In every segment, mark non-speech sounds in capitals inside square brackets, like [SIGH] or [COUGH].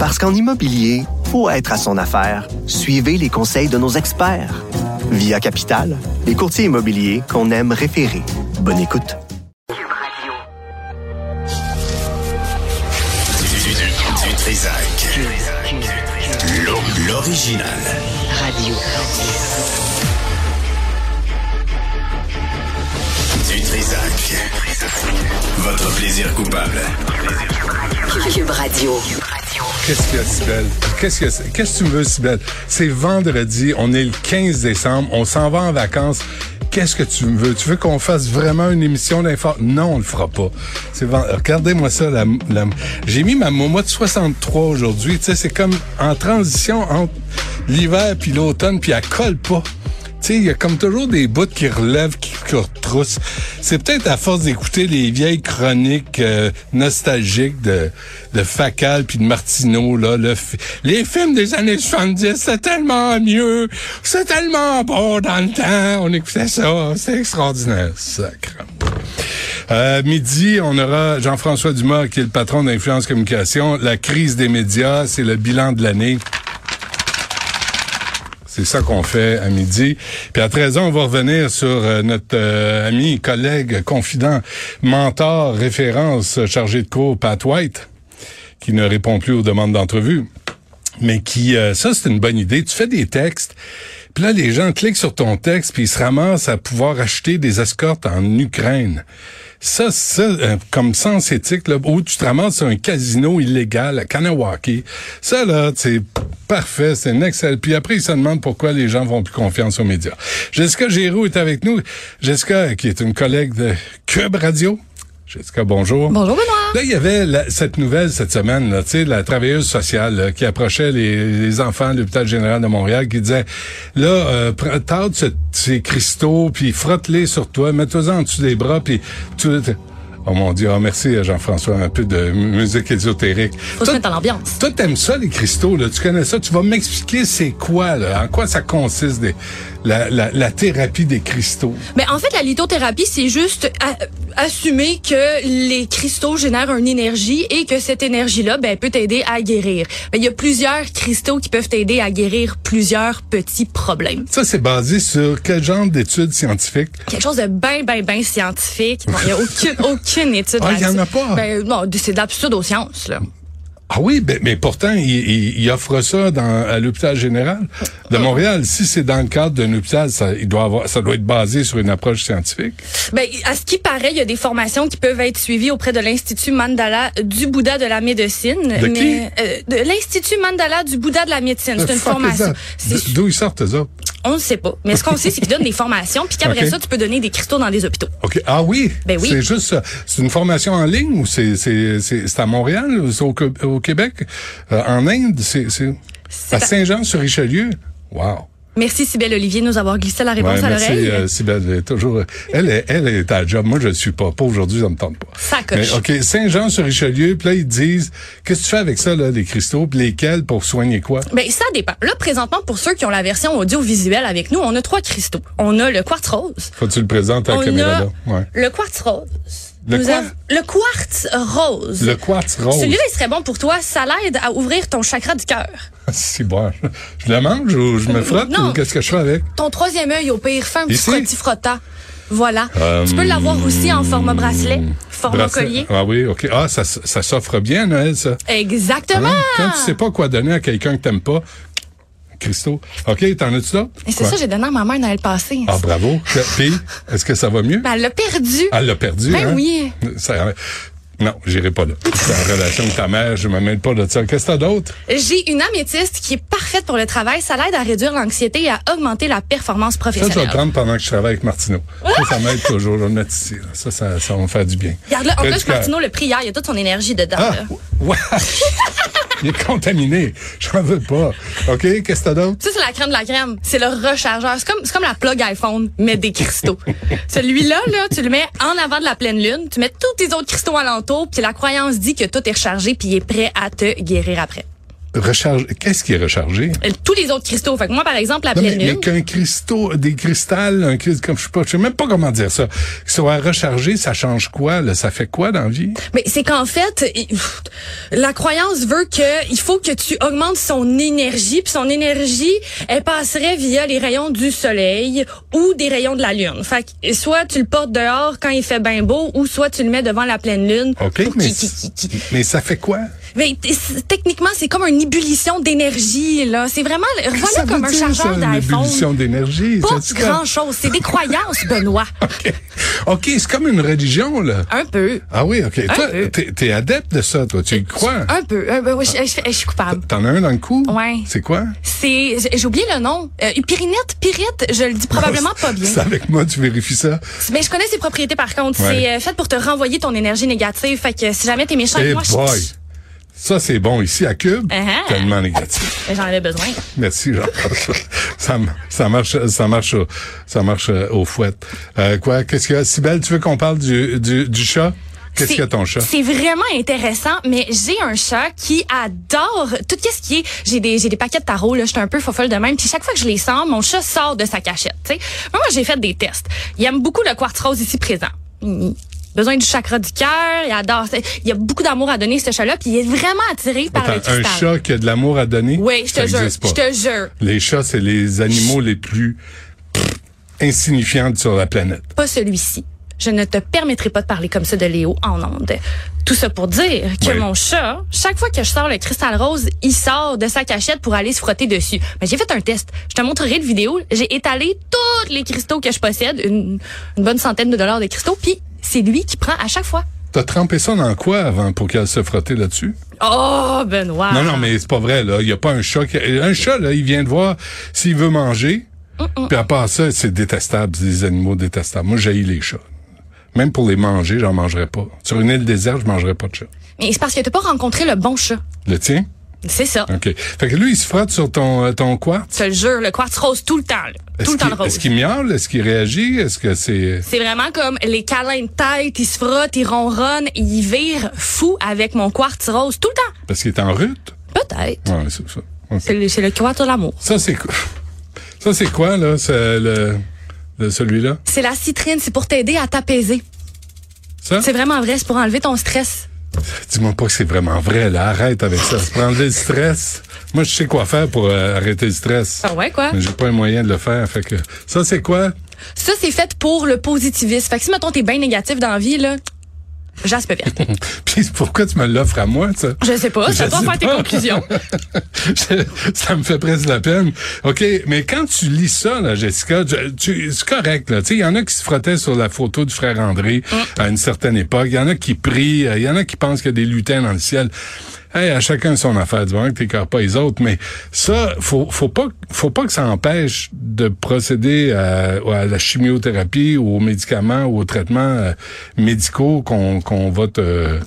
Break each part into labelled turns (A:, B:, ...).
A: Parce qu'en immobilier, faut être à son affaire. Suivez les conseils de nos experts. Via Capital, les courtiers immobiliers qu'on aime référer. Bonne écoute.
B: Du, du, du Trisac. L'o- L'original. Radio. Du Trisac. Votre plaisir coupable.
C: Cube Radio.
D: Qu'est-ce qu'il y a, Sibelle? Qu'est-ce que c'est? Qu'est-ce que tu veux, Sibelle? C'est vendredi, on est le 15 décembre, on s'en va en vacances. Qu'est-ce que tu veux? Tu veux qu'on fasse vraiment une émission d'info? Non, on le fera pas. C'est ven- Regardez-moi ça. La, la- J'ai mis ma momo de 63 aujourd'hui. Tu sais, c'est comme en transition entre l'hiver puis l'automne, puis elle colle pas. Tu sais, il y a comme toujours des bouts qui relèvent, qui, qui retroussent. C'est peut-être à force d'écouter les vieilles chroniques euh, nostalgiques de, de Facal puis de Martineau, là. le fi- les films des années 70, c'est tellement mieux. C'est tellement bon dans le temps. On écoutait ça. C'est extraordinaire. Sacre. Euh, midi, on aura Jean-François Dumas, qui est le patron d'Influence Communication. La crise des médias, c'est le bilan de l'année. C'est ça qu'on fait à midi. Puis à 13h, on va revenir sur euh, notre euh, ami, collègue, confident, mentor, référence, euh, chargé de cours, Pat White, qui ne répond plus aux demandes d'entrevue. Mais qui, euh, ça, c'est une bonne idée. Tu fais des textes, puis là, les gens cliquent sur ton texte, puis ils se ramassent à pouvoir acheter des escortes en Ukraine. Ça, ça, euh, comme sens éthique, là, où tu te ramasses sur un casino illégal à Kanawaki, ça, là, c'est parfait, c'est un excellent. Puis après, ils se demandent pourquoi les gens font plus confiance aux médias. Jessica Giroux est avec nous. Jessica, euh, qui est une collègue de Cube Radio. Jessica, bonjour.
E: Bonjour Benoît.
D: Là, il y avait la- cette nouvelle cette semaine, là, tu sais, la travailleuse sociale là, qui approchait les, les enfants de l'hôpital général de Montréal, qui disait, là, euh, prends- tarde ce- ces cristaux, puis frotte-les sur toi, mets-toi-en en dessous des bras, puis tu... Oh mon Dieu, ah, merci euh, Jean-François, un peu de mu- musique ésotérique.
E: Faut se
D: Toi-
E: mettre dans l'ambiance.
D: Toi, t'aimes ça, les cristaux, là, tu connais ça, tu vas m'expliquer c'est quoi, là, en quoi ça consiste, des- la, la- la thérapie des cristaux.
E: Mais en fait, la lithothérapie, c'est juste a- assumer que les cristaux génèrent une énergie et que cette énergie-là ben, peut t'aider à guérir. Mais il y a plusieurs cristaux qui peuvent t'aider à guérir plusieurs petits problèmes.
D: Ça, c'est basé sur quel genre d'études scientifiques?
E: Quelque chose de ben, ben, ben scientifique. Non, il n'y a aucune,
D: [LAUGHS]
E: aucune étude.
D: Ah, il y en a
E: là-dessus.
D: pas.
E: Ben, non, c'est de la pseudo-science, là.
D: Ah oui, ben- mais pourtant, il, il- il offre ça dans, à l'hôpital général de Montréal. Si c'est dans le cadre d'un hôpital, ça, il doit avoir, ça doit être basé sur une approche scientifique.
E: Ben, à ce qui paraît, il y a des formations qui peuvent être suivies auprès de l'Institut Mandala du Bouddha de la médecine.
D: De qui?
E: euh, de L'Institut Mandala du Bouddha de la médecine. C'est une
D: Fuck is
E: formation.
D: that?
E: C'est
D: D- D'où ils sortent, eux autres?
E: on ne sait pas. Mais ce qu'on sait, c'est qu'ils donnent des formations, puis qu'après
D: Ok.
E: ça, tu peux donner des cristaux dans des hôpitaux.
D: OK. Ah oui?
E: Ben oui.
D: C'est juste, ça. c'est une formation en ligne ou c'est, c'est, c'est, c'est à Montréal ou c'est au, Qué- au Québec? Euh, en Inde? C'est, c'est,
E: C'est
D: à
E: à-
D: Saint-Jean-sur-Richelieu? Wow.
E: Merci, Sybelle Olivier, de nous avoir glissé la réponse
D: Ouais,
E: à
D: merci,
E: l'oreille.
D: euh, Sybelle. Elle est toujours, elle, est- elle est à job. Moi, je ne suis pas. Pas aujourd'hui, ça me tente pas.
E: Ça coche.
D: Mais, OK, Saint-Jean-sur-Richelieu, puis là, ils disent, qu'est-ce que tu fais avec ça, là, les cristaux, puis lesquels pour soigner quoi?
E: Ben, ça dépend. Là, présentement, pour ceux qui ont la version audiovisuelle avec nous, on a trois cristaux. On a le quartz rose.
D: Faut que tu le présentes à la
E: on
D: caméra,
E: a
D: là. Ouais.
E: le quartz rose.
D: Le quoi?
E: avons- le quartz rose.
D: Le quartz rose. [LAUGHS]
E: Celui-là, il serait bon pour toi. Ça l'aide à ouvrir ton chakra du cœur.
D: C'est bon. Je le mange ou je me frotte
E: Non.
D: ou qu'est-ce que je fais avec?
E: Ton troisième œil, au pire, fais un petit
D: Ici? Euh,
E: frottis frottant. Voilà. tu peux l'avoir aussi en format bracelet, format
D: Bracelet.
E: collier.
D: Ah oui, OK. Ah, ça, s- ça s'offre bien, à Noël, ça.
E: Exactement.
D: Hein? Quand tu sais pas quoi donner à quelqu'un que t'aimes pas, cristaux. OK, t'en as-tu d'autres?
E: Et c'est
D: Ouais.
E: ça, j'ai donné à ma mère dans le passé.
D: Ah, bravo. Puis, est-ce que ça va mieux?
E: Ben, elle l'a perdu.
D: Elle l'a perdu.
E: Ben
D: hein?
E: oui.
D: Ça- non, j'irai pas là. C'est en relation avec ta mère, je me mêle pas de ça. Qu'est-ce que t'as d'autre?
E: J'ai une améthyste qui est parfaite pour le travail. Ça l'aide à réduire l'anxiété et à augmenter la performance
D: Ça, je vais le
E: professionnelle.
D: prendre pendant que je travaille avec Martineau. Ça, ça m'aide toujours. Je vais le mettre ici. là. Ça, ça, ça va me faire du bien.
E: Regarde-le. En
D: Fais
E: plus, euh,
D: du cœur. [LAUGHS]
E: Martino le pris hier. Il y a toute son énergie dedans.
D: Ah,
E: là.
D: ouais. Il est contaminé. J'en veux pas. OK? Qu'est-ce que t'as d'autre?
E: Ça, c'est la crème de la crème. C'est le rechargeur. C'est comme, c'est comme la plug iPhone, mais
D: [LAUGHS]
E: des cristaux. Celui-là, là, tu le mets en avant de la pleine lune, tu mets tous tes autres cristaux alentour, puis la croyance dit que tout est rechargé, puis il est prêt à te guérir après.
D: Recharge. Qu'est-ce qui est rechargé?
E: Euh, Tous les autres cristaux. Fait que moi, par exemple, la
D: Non, mais,
E: pleine
D: mais
E: lune.
D: qu'un cristaux, des cristals, un cristal, comme je sais pas, je sais même pas comment dire ça. Qu'ils soient rechargés, ça change quoi, là? Ça fait quoi dans la vie?
E: Mais c'est qu'en fait, il- pff, la croyance veut que il faut que tu augmentes son énergie, puis son énergie, elle passerait via les rayons du soleil ou des rayons de la lune. Fait que soit tu le portes dehors quand il fait bien beau, ou soit tu le mets devant la pleine lune.
D: OK?
E: pour
D: Mais,
E: qu'il- qu'il- qu'il- qu'il-
D: mais ça fait quoi?
E: Mais t- c'est- techniquement, c'est comme une ébullition d'énergie là. C'est vraiment,
D: ça
E: voilà
D: veut
E: comme un
D: dire, ça,
E: chargeur
D: une
E: d'iPhone.
D: ébullition d'énergie.
E: Pas
D: c'est-tu comme-
E: grand chose, c'est des croyances, Benoît.
D: [LAUGHS] OK. OK, c'est comme une religion, là.
E: Un peu.
D: Ah oui, OK. Toi,
E: peu.
D: t'es t'es adepte de ça, toi. Tu y crois?
E: Un peu. Un peu. Ouais, je- je- je suis coupable.
D: T'en as un dans le cou?
E: Ouais.
D: C'est quoi?
E: C'est, j'ai- j'ai oublié le nom. Euh, pyrinette, pyrite, je le dis probablement pas bien.
D: C'est avec moi, tu vérifies ça.
E: Mais je connais ses propriétés par contre.
D: Ouais.
E: C'est euh, fait pour te renvoyer ton énergie négative. Fait que si jamais t'es méchant
D: Hey
E: avec moi, je-
D: boy! Ça, c'est bon ici à Cube.
E: Uh-huh.
D: Tellement négatif.
E: j'en avais besoin.
D: Merci, Jean-François. [LAUGHS] ça, m- ça marche, ça marche, au- ça marche euh, au fouet. Euh, quoi? Qu'est-ce qu'il y a? Sybelle, tu veux qu'on parle du, du, du chat? Qu'est-ce
E: C'est-
D: qu'il y a ton chat?
E: C'est vraiment intéressant, mais j'ai un chat qui adore tout ce qui est. J'ai des, j'ai des paquets de tarot, là, j'étais un peu fofolle de même. Puis chaque fois que je les sors, mon chat sort de sa cachette. tu sais. Moi, j'ai fait des tests. Il aime beaucoup le quartz rose ici présent. Il- Besoin du chakra du cœur, il adore. ça. Il y a beaucoup d'amour à donner ce chat-là, puis il est vraiment attiré par le
D: Attends, un
E: cristal.
D: chat qui a de l'amour à donner?
E: Oui, je
D: Ça
E: te jure,
D: existe pas.
E: je te jure.
D: Les chats, c'est les animaux les plus pff, insignifiants sur la planète.
E: pas celui-ci. Je ne te permettrai pas de parler comme ça de Léo en ondes. Tout ça pour dire que
D: Oui.
E: mon chat, chaque fois que je sors le cristal rose, il sort de sa cachette pour aller se frotter dessus. Mais j'ai fait un test. Je te montrerai le vidéo. J'ai étalé tous les cristaux que je possède, une, une bonne centaine de dollars de cristaux, puis c'est lui qui prend à chaque fois.
D: T'as trempé ça dans quoi avant pour qu'elle se frottait là-dessus?
E: Oh, Benoît!
D: Non, non, mais c'est pas vrai, là. Il y a pas un chat qui... Un chat, là, il vient de voir s'il veut manger.
E: Mm,
D: Puis à part ça, c'est détestable, c'est des animaux détestables. Moi, j'haïs les chats. Même pour les manger, j'en mangerais pas. Sur une île déserte, je mangerais pas de chat.
E: Mais c'est parce que t'as pas rencontré le bon chat.
D: Le tien?
E: C'est ça.
D: OK. Fait que lui, il se frotte sur ton, euh, ton quartz.
E: Je te le jure, le quartz rose tout le temps, là.
D: Est-ce
E: Tout le temps
D: qu'il-
E: le rose.
D: Est-ce qu'il miaule? Est-ce qu'il réagit? Est-ce que c'est...
E: C'est vraiment comme les câlins de tête, ils se frottent, ils ronronnent, ils virent fou avec mon quartz rose tout le temps.
D: Parce qu'il est en rut?
E: Peut-être.
D: Ouais, c'est ça. OK.
E: C'est le, c'est le quartz de l'amour.
D: Ça, c'est quoi? Ça, c'est quoi, là, ce- le, le- celui-là?
E: C'est la citrine, c'est pour t'aider à t'apaiser.
D: Ça?
E: C'est vraiment vrai, c'est pour enlever ton stress.
D: Dis-moi pas que c'est vraiment vrai, là. Arrête avec ça. Se Prendre le stress. Moi, je sais quoi faire pour euh, arrêter le stress.
E: Ah ouais, quoi?
D: Mais j'ai pas un moyen de le faire. Fait que, ça, c'est quoi?
E: Ça, c'est fait pour le positivisme. Fait que si, mettons, t'es bien négatif dans la vie, là, jaspe verte.
D: Puis, pourquoi tu me l'offres à moi, ça?
E: Je sais pas, je
D: Je
E: sais pas
D: sais
E: faire tes
D: pas.
E: conclusions.
D: [LAUGHS] Je- ça me fait presque la peine. OK, mais quand tu lis ça, là, Jessica, tu, tu- c'est correct. là. Tu sais, Il y en a qui se frottaient sur la photo du frère André
E: Ah.
D: à une certaine époque. Il y en a qui prient. euh, Il y en a qui pensent qu'il y a des lutins dans le ciel. Hey, à chacun son affaire. Du moment que t'écœures pas les autres. Mais ça, faut, faut pas, faut pas que ça empêche de procéder à, à la chimiothérapie ou aux médicaments ou aux traitements euh, médicaux qu'on, qu'on va te,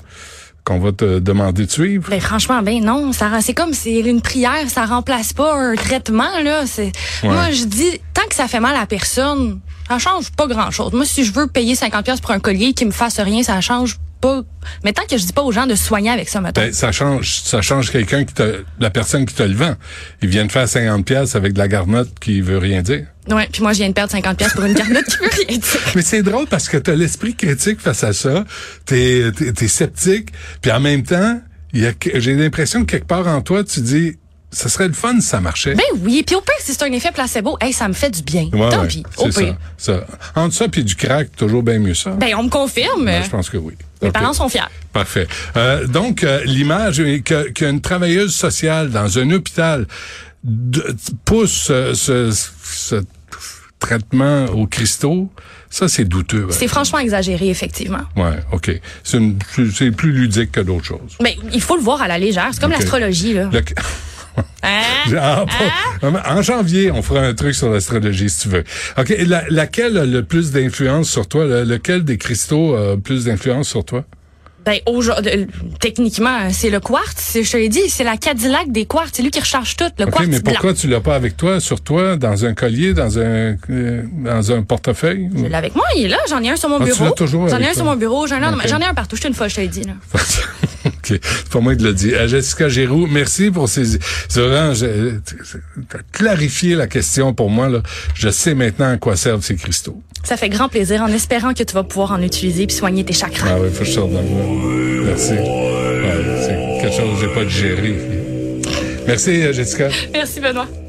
D: qu'on va te demander de suivre.
E: Ben franchement, ben non, ça rend- c'est comme c'est une prière, ça remplace pas un traitement là. C'est
D: Ouais.
E: moi je dis tant que ça fait mal à personne, ça change pas grand chose. Moi si je veux payer 50 pièces pour un collier qui me fasse rien, ça change pas. Mais tant que je dis pas aux gens de se soigner avec ça, mettons.
D: Ben, ça change, ça change quelqu'un qui te, la personne qui te le vend. Ils viennent faire 50 pièces avec de la garnotte qui veut rien dire.
E: Ouais, puis moi je viens de perdre 50 pièces pour une garnotte qui veut rien dire.
D: Mais c'est drôle parce que t'as l'esprit critique face à ça. T'es, t'es, t'es sceptique. Puis en même temps, il y a, que- j'ai l'impression que quelque part en toi, tu dis, ça serait le fun si ça marchait.
E: Ben oui, puis au pire si c'est un effet placebo, hey, ça me fait du bien.
D: Ouais,
E: Tant
D: ouais,
E: pis, au
D: c'est
E: pire.
D: ça, ça. Entre ça puis du crack, toujours bien mieux ça.
E: Ben on me confirme.
D: Ouais, je pense que oui.
E: Mes
D: Ok.
E: parents sont fiers.
D: Parfait. Euh, donc, euh, l'image est que- qu'une travailleuse sociale dans un hôpital de- pousse euh, ce, ce traitement aux cristaux, ça, c'est douteux. ouais.
E: C'est franchement exagéré effectivement.
D: Ouais, OK. C'est une- c'est- c'est plus ludique que d'autres choses.
E: Mais Ben, il faut le voir à la légère, c'est comme
D: Ok.
E: l'astrologie là.
D: Le-
E: Hein?
D: [LAUGHS] Ah, pas- En janvier, on fera un truc sur l'astrologie, si tu veux. OK. Et la- laquelle a le plus d'influence sur toi? Le- lequel des cristaux a le plus d'influence sur toi?
E: Ben, aujourd'hui, euh, techniquement, c'est le quartz. C'est- Je te l'ai dit, c'est la Cadillac des quartz. C'est lui qui recharge tout. Le
D: OK,
E: quartz
D: mais
E: blanc.
D: pourquoi tu l'as pas avec toi, sur toi, dans un collier, dans un euh, dans un portefeuille?
E: Je l'ai avec moi, il est là. J'en ai un sur mon
D: Ah, tu
E: bureau.
D: l'as toujours
E: J'en ai
D: avec
E: un sur
D: toi.
E: mon bureau. J'en ai, un dans ma-
D: Ok.
E: j'en ai un partout. Je suis une folle, je te l'ai dit. Là.
D: [LAUGHS] OK. C'est pas moi qui l'ai dit. Euh, Jessica Giroux, merci pour ces... c'est Vraiment, je- euh, t'as clarifié la question pour moi. Là. Je sais maintenant à quoi servent ces cristaux.
E: Ça fait grand plaisir en espérant que tu vas pouvoir en utiliser puis soigner tes chakras.
D: Ah oui, faut que je sorte de là. Merci. Ouais, c'est quelque chose que j'ai pas digéré. Merci, euh, Jessica.
E: [LAUGHS] Merci, Benoît.